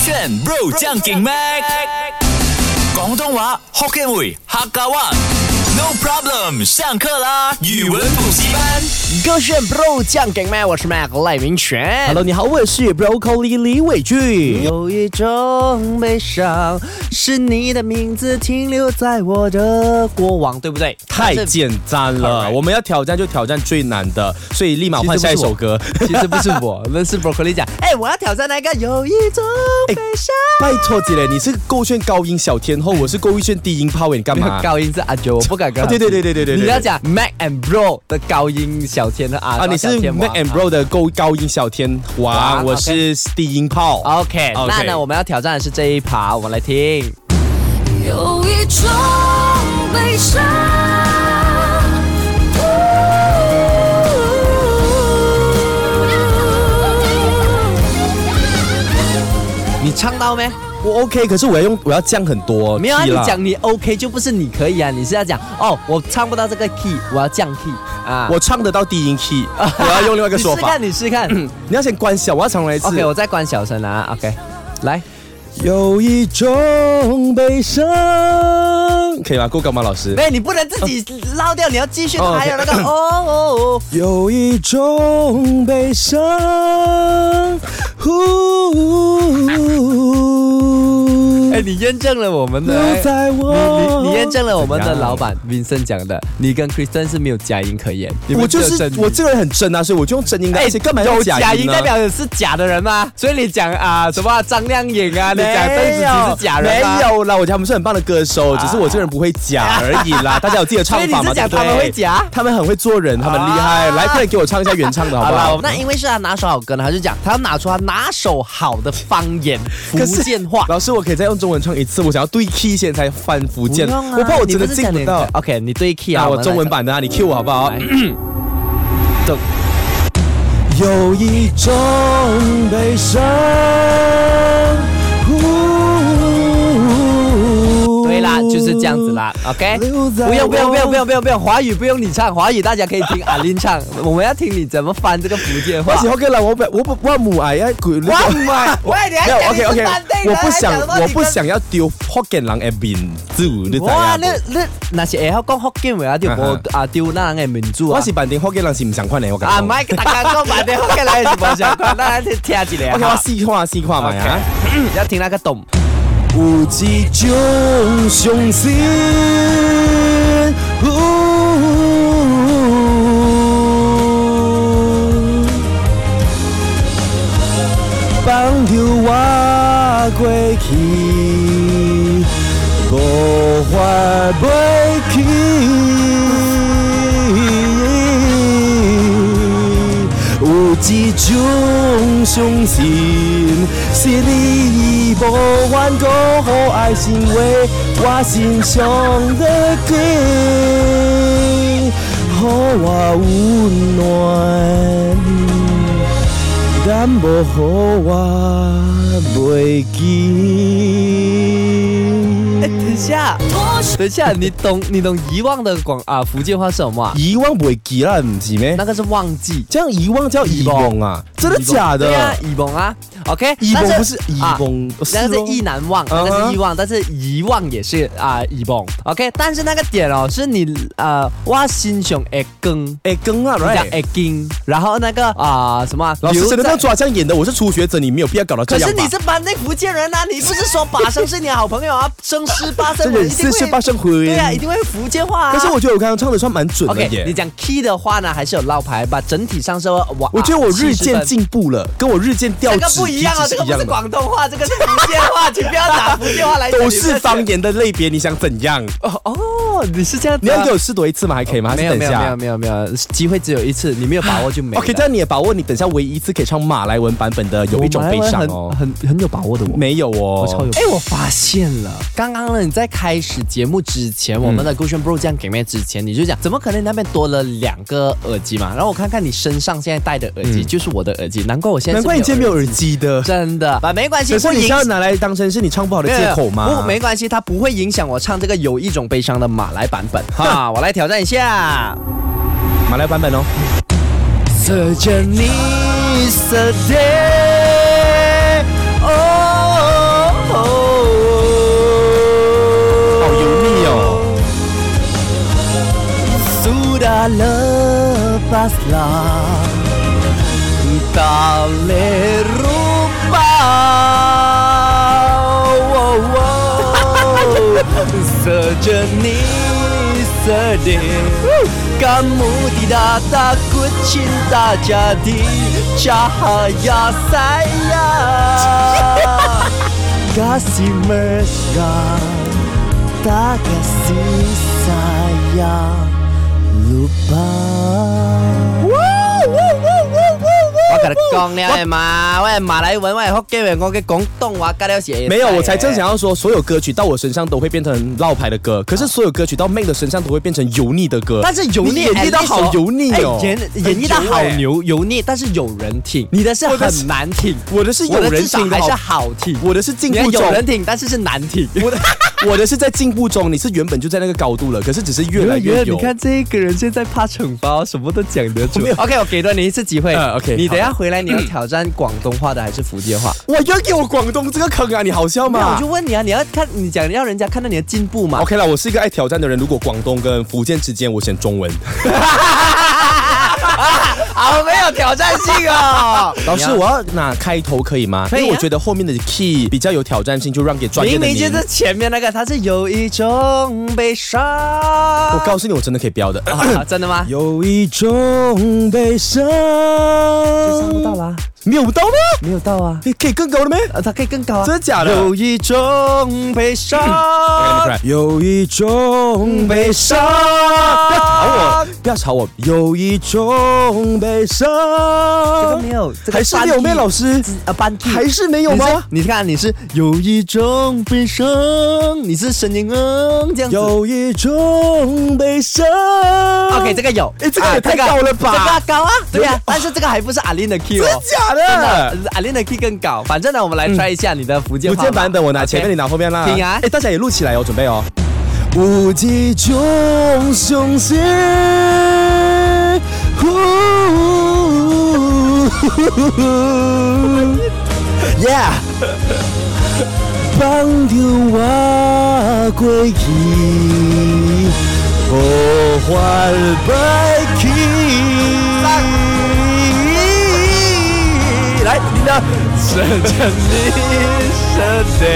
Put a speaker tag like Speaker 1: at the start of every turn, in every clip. Speaker 1: 选 bro 将劲 mac，广东话 Hokkien 语客家话。No problem，上课啦！语文补习班。
Speaker 2: 歌炫 Bro 酱给麦，我是 Mac 赖明全。
Speaker 3: Hello，你好，我是 Broccoli 李伟俊。
Speaker 2: 有一种悲伤，是你的名字停留在我的过往，对不对？
Speaker 3: 太简单了，
Speaker 2: Alright
Speaker 3: 我们要挑战就挑战最难的，所以立马换
Speaker 2: 其
Speaker 3: 下
Speaker 2: 实
Speaker 3: 一
Speaker 2: 不是
Speaker 3: 首歌。
Speaker 2: 但是。其实不是我， 那是 Broccoli 讲，哎、我要挑战那个有一种悲伤。
Speaker 3: 拜托姐嘞，你是勾炫高音小天后，我是勾一炫低音炮，你干
Speaker 2: 没
Speaker 3: 嘛
Speaker 2: 有？高哎音是阿九，我不敢跟
Speaker 3: 啊
Speaker 2: 他比。
Speaker 3: 对对对对对对对
Speaker 2: 你要讲 Mac and Bro 的高音小天的啊
Speaker 3: 啊，你是 Mac and Bro 的勾高音小天
Speaker 2: 哇
Speaker 3: 王，我是低音炮。
Speaker 2: OK，, 那
Speaker 3: OK
Speaker 2: 呢，我们要挑战的是这一趴，我们来听。
Speaker 4: 有一种悲伤，
Speaker 2: 你唱到没？
Speaker 3: 我 OK，可是我要用我要降很多。
Speaker 2: 没有啊，
Speaker 3: 气
Speaker 2: 你
Speaker 3: 啦
Speaker 2: 讲你 OK 就不是你可以啊，你是要讲哦，我唱不到这个 key，我要降 key 啊。
Speaker 3: 我唱得到低音 key，我要用另外一个说法。
Speaker 2: 你试试看，你试试
Speaker 3: 你要先关小，我要重来一次
Speaker 2: 看。。OK，我再关小声啊。OK，来，
Speaker 3: 有一种悲伤，可以吗？够高吗，老师？
Speaker 2: 哎没有，你不能自己捞掉，你要继续，
Speaker 3: 哦
Speaker 2: 还有那个哦哦哦。
Speaker 3: 有一种悲伤，呼，
Speaker 2: 哎，你验证了我们的，
Speaker 3: 留在我
Speaker 2: 你你你验证了我们的
Speaker 3: 怎样
Speaker 2: 老板 Vincent 讲的，你跟 Kristen 是没有假音可言，你们
Speaker 3: 我就
Speaker 2: 只有
Speaker 3: 是
Speaker 2: 真音
Speaker 3: 我这个人很真啊，所以我就用真音的，而且根本
Speaker 2: 有
Speaker 3: 假
Speaker 2: 假
Speaker 3: 音
Speaker 2: 音
Speaker 3: 呢
Speaker 2: 代表你是假的人吗？所以你讲啊、什么啊张靓颖啊，你
Speaker 3: 没有
Speaker 2: 讲邓紫棋是假人啊吗？
Speaker 3: 没有啦，我觉得他们是很棒的歌手，只是我这个人不会假而已啦。大家有自己的唱
Speaker 2: 所以你
Speaker 3: 法嘛？
Speaker 2: 是讲
Speaker 3: 对不
Speaker 2: 他
Speaker 3: 对
Speaker 2: 们会假？
Speaker 3: 他们很会做人，他们厉害。
Speaker 2: 啊
Speaker 3: 来，快点给我唱一下原唱的好不
Speaker 2: 好
Speaker 3: 好
Speaker 2: 了，？那因为是他拿手好歌呢，他就讲他要拿出他拿手好的方言，福
Speaker 3: 可是
Speaker 2: 建话。
Speaker 3: 老师，我可以再用中文唱一次，我想要对 key 先才翻 福
Speaker 2: 不
Speaker 3: 建，
Speaker 2: 用啊
Speaker 3: 我怕我真的
Speaker 2: 你是
Speaker 3: 进
Speaker 2: 讲
Speaker 3: 不
Speaker 2: 你
Speaker 3: 到。
Speaker 2: OK，你对 key 啊，
Speaker 3: 那我
Speaker 2: 们来
Speaker 3: 中文版的啊，你 Q 我好不 好
Speaker 2: 来？
Speaker 3: 懂。有一种悲伤，呼
Speaker 2: 对啦，就是这样子。啦。OK，
Speaker 3: 留在
Speaker 2: 不用不用
Speaker 3: 我
Speaker 2: 不用不用不用不用，华语不用你唱，华语大家可以 听阿林唱，我们要听你怎么翻这个福建
Speaker 3: 我
Speaker 2: 话
Speaker 3: 喜。欢跟来，我本我不我母爱要滚。
Speaker 2: 哇妈！喂，你还
Speaker 3: 没有
Speaker 2: 讲你
Speaker 3: OK
Speaker 2: 是
Speaker 3: OK，
Speaker 2: 当地人
Speaker 3: 我不想
Speaker 2: 还讲到
Speaker 3: 我
Speaker 2: 你
Speaker 3: 不
Speaker 2: 跟
Speaker 3: 想要丢 Hokkien 人的面子，你知
Speaker 2: 哇，
Speaker 3: 呀
Speaker 2: 你？你那是会晓讲福建话，就无啊丢那人的民族
Speaker 3: 我
Speaker 2: 啊。
Speaker 3: 是本地 Hokkien 人是唔想看的，我感
Speaker 2: 啊，
Speaker 3: 觉。
Speaker 2: 唔系，大家讲慢啲，福建人是无相关，咱听听一下
Speaker 3: OK，我
Speaker 2: 哈。
Speaker 3: 细看细看嘛呀。
Speaker 2: 要听那个懂。
Speaker 3: 有一种相信，放掉我过去，无法袂去。有一种相信，是你无愿辜负爱情话，我心上的过，予我温暖。但无好我袂
Speaker 2: 哎，
Speaker 3: 记，
Speaker 2: 等一下，
Speaker 3: 嗯
Speaker 2: 等一下，你懂你懂遗忘的广啊福建话是什么啊？
Speaker 3: 遗忘袂记啦，唔是咩
Speaker 2: 那？个是忘记。
Speaker 3: 这样遗忘叫遗忘啊？真的假
Speaker 2: 对啊
Speaker 3: 的？，
Speaker 2: 遗忘啊，OK，
Speaker 3: 遗忘
Speaker 2: 但
Speaker 3: 不是遗
Speaker 2: 啊
Speaker 3: 忘，
Speaker 2: 那个
Speaker 3: 咯
Speaker 2: 是意难忘，那
Speaker 3: 嗯
Speaker 2: 个
Speaker 3: 哼
Speaker 2: 是遗忘，但是遗忘也是啊遗忘，OK，但是那个点哦，是你呃，我心胸一更，你
Speaker 3: 哎更啊
Speaker 2: 讲
Speaker 3: ，right？
Speaker 2: 一更，然后那个啊什么啊，
Speaker 3: 老师
Speaker 2: 留
Speaker 3: 真的不
Speaker 2: 在
Speaker 3: 要抓这样演的，我是初学者，你没有必要搞到这
Speaker 2: 可
Speaker 3: 样
Speaker 2: 是
Speaker 3: 吧
Speaker 2: 你？是班内福建人呐、你不是说把生是你的好朋友啊，生师八
Speaker 3: 这
Speaker 2: 生我一
Speaker 3: 人
Speaker 2: 定
Speaker 3: 是是
Speaker 2: 会
Speaker 3: 八，生灰。
Speaker 2: 对啊，一定会福建话啊。
Speaker 3: 但是我觉得我刚刚唱的算蛮准的
Speaker 2: OK，你
Speaker 3: 耶。
Speaker 2: 讲 key 的话呢，还是有捞牌吧，整体上是我
Speaker 3: 我觉得我日
Speaker 2: 70
Speaker 3: 渐
Speaker 2: 啊分
Speaker 3: 进步了，跟我日渐掉
Speaker 2: 这
Speaker 3: 脂
Speaker 2: 个不一样啊，这
Speaker 3: 体脂
Speaker 2: 个
Speaker 3: 是一
Speaker 2: 不
Speaker 3: 样
Speaker 2: 是
Speaker 3: 的。
Speaker 2: 广东话，这个是福建话，请不要打福建话来讲。
Speaker 3: 都是方言的类别，你想怎样？
Speaker 2: 哦哦，你是这样子
Speaker 3: 你
Speaker 2: 啊、
Speaker 3: 要给我试多一次吗？还可以吗？还
Speaker 2: 没
Speaker 3: 是
Speaker 2: 有
Speaker 3: 等一
Speaker 2: 没有
Speaker 3: 下
Speaker 2: 没有没有没有，机会只有一次，你没有把握就没了。
Speaker 3: OK，这样你也把握，你等一下唯一一次可以唱马来文版本的《有一种悲伤》哦。
Speaker 2: 很很很有把握的我。
Speaker 3: 没有
Speaker 2: 我
Speaker 3: 哦，
Speaker 2: 超有。哎、我发现了，刚刚呢，你在开始节目之前，我们的 g o s h e n Bro 这样给面之前，你就讲怎么可能那边多了两个耳机嘛？然后我看看你身上现在戴的耳机、就是我的耳机，难怪我现在
Speaker 3: 难
Speaker 2: 是
Speaker 3: 怪你今天没有耳机的
Speaker 2: 耳，真的啊，没关系，
Speaker 3: 可是
Speaker 2: 不
Speaker 3: 你
Speaker 2: 影
Speaker 3: 是
Speaker 2: 响
Speaker 3: 要拿来当成是你唱不好的
Speaker 2: 没有
Speaker 3: 借口吗？
Speaker 2: 不，没关系，它不会影响我唱这个有一种悲伤的马来版本哈。我来挑战一下。
Speaker 3: 马来版本哦。
Speaker 2: Such a nice day, oh, 哦
Speaker 3: 色着你色的，干木的大大古琴大家的扎哈呀塞呀，嘎西门儿嘎，大嘎西塞呀，鲁巴。
Speaker 2: 我跟你讲了的嘛，我系哎马来文，我系福建人，我嘅广东话加了些。
Speaker 3: 没有，我才正想要说，所有歌曲到我身上都会变成绕牌的歌，可是所有歌曲到 Make 的身上都会变成油腻的 歌。
Speaker 2: 但是油腻哎
Speaker 3: 你演绎到好油腻哦
Speaker 2: 哎演演绎到好油油腻，但是有人听，你的是
Speaker 3: 我的是
Speaker 2: 很难听，
Speaker 3: 我的是有
Speaker 2: 我的
Speaker 3: 人
Speaker 2: 至少
Speaker 3: 听的
Speaker 2: 还
Speaker 3: 好
Speaker 2: 是，好听，
Speaker 3: 我的是进
Speaker 2: 你的
Speaker 3: 步中
Speaker 2: 有，人听，但是是难听。
Speaker 3: 我的我的是在进步中，你是原本就在那个高度了，可是只是越来越油。
Speaker 2: 你看这个人现在怕惩罚，什么都讲得出
Speaker 3: 我没有。
Speaker 2: OK，我给啊多你一次机会。
Speaker 3: 嗯，OK，
Speaker 2: 你等一下回来你要挑战广东话的还是福建 话？
Speaker 3: 我要给我广东这个坑啊，你好笑
Speaker 2: 那我
Speaker 3: 吗
Speaker 2: 就问你啊，你要看你讲要人家看到你的进步嘛？
Speaker 3: ？OK 了，我是一个爱挑战的人。如果广东跟福建之间，我 选中文。。
Speaker 2: 好没有挑战性 哦
Speaker 3: 老师，我要拿开头可以吗？
Speaker 2: 可以啊
Speaker 3: 因为我觉得后面的 key 比较有挑战性，就让给专业
Speaker 2: 明
Speaker 3: 的
Speaker 2: 明
Speaker 3: 你。
Speaker 2: 就是前面那个，他是有一种悲伤。
Speaker 3: 我
Speaker 2: 我
Speaker 3: 告诉你，我真的可以 标的。
Speaker 2: 啊，真的吗？
Speaker 3: 有一种悲伤，
Speaker 2: 上不到啦，
Speaker 3: 没有到吗？
Speaker 2: 没有到啊。
Speaker 3: 你可以更高的咩？
Speaker 2: 啊，它可以更高啊。
Speaker 3: 真的假的
Speaker 2: 有一种悲伤。
Speaker 3: 有一种 悲伤，不要吵我，不要吵我。有一种悲伤，
Speaker 2: 这个没有，这个
Speaker 3: 还是没有咩？
Speaker 2: 班底
Speaker 3: 老师，
Speaker 2: 啊，班底
Speaker 3: 还是没有吗？
Speaker 2: 你是？你看，你是有一种悲伤，你是声音嗯这样子。
Speaker 3: 有一种悲伤。
Speaker 2: OK，这个有，
Speaker 3: 诶这个也
Speaker 2: 啊
Speaker 3: 太高了吧
Speaker 2: 这个高啊，对
Speaker 3: 有
Speaker 2: 呀，但是这个还不是阿 l 的 key 哦，
Speaker 3: 真的假的？
Speaker 2: 真的，阿 l 的 key 更高。反正呢，我们来 try 一下你的福建
Speaker 3: 福
Speaker 2: 话吧
Speaker 3: 建版本我拿前面，你
Speaker 2: OK
Speaker 3: 拿后面啦。
Speaker 2: 听啊
Speaker 3: 哎，大家也录起来哦，准备哦。有一种伤心，yeah，放掉我过去，无法摆去。来，你呢？
Speaker 2: 着你身的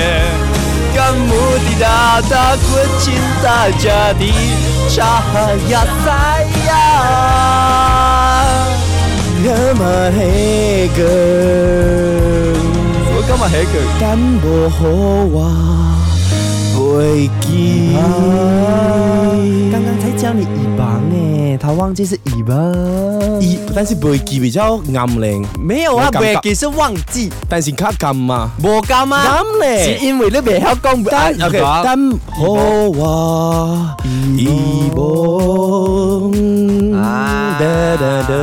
Speaker 2: 干木的大大滚进大家的茶呀塞 à. 呀，
Speaker 3: 那么那个。
Speaker 2: 我干嘛还梗？
Speaker 3: 敢无好我袂记。
Speaker 2: À. 刚刚才叫你乙帮哎，他忘记是乙帮。
Speaker 3: 伊，但是袂记比较暗咧，
Speaker 2: 没有啊，
Speaker 3: 没感觉
Speaker 2: 袂记是忘记，
Speaker 3: 但是较暗嘛。
Speaker 2: 无干吗？
Speaker 3: 暗
Speaker 2: 是
Speaker 3: 咧，
Speaker 2: 因为你袂晓讲啊
Speaker 3: 但 OK，但好我伊无。
Speaker 2: 啊
Speaker 3: 哒哒哒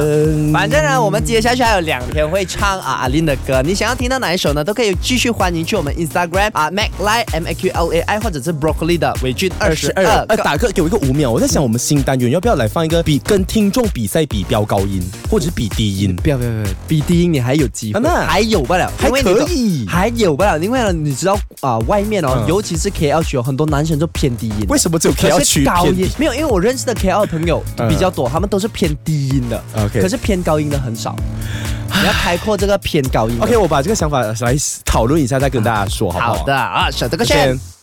Speaker 2: 反正呢，我们接下去还有两天会唱啊阿琳的歌，你想要听到哪一首呢？都可以继续欢迎去我们 Instagram 啊 m a c l i M A Q L A I 或者是 Broccoli 的伟俊二十
Speaker 3: 二
Speaker 2: 二
Speaker 3: 呃，。打个给我一个五秒，我在想我们新单元要不要来放一个比跟听众比赛比飙高音，或者是比低音？
Speaker 2: 不要不要不要，比低音你还有机会，
Speaker 3: 啊那
Speaker 2: 还有不了，
Speaker 3: 还
Speaker 2: 因为你
Speaker 3: 可
Speaker 2: 懂
Speaker 3: 以
Speaker 2: 还有不了，因为呢，你知道啊、外面哦，
Speaker 3: 嗯
Speaker 2: 尤其是 KL 区有很多男生就偏低音，
Speaker 3: 为什么只有
Speaker 2: 可
Speaker 3: K 要
Speaker 2: 是
Speaker 3: 区
Speaker 2: 高
Speaker 3: 偏
Speaker 2: 音
Speaker 3: 低？
Speaker 2: 没有，因为我认识的 KL 朋友
Speaker 3: 嗯
Speaker 2: 比较多，他们都是偏低音的
Speaker 3: OK
Speaker 2: 可是偏高音的很少。你要开阔这个偏高音的。
Speaker 3: ？OK，我把这个想法来讨论一下，再跟大家说，好不好？
Speaker 2: 好的啊，选择个
Speaker 3: 再
Speaker 2: 选
Speaker 3: 见。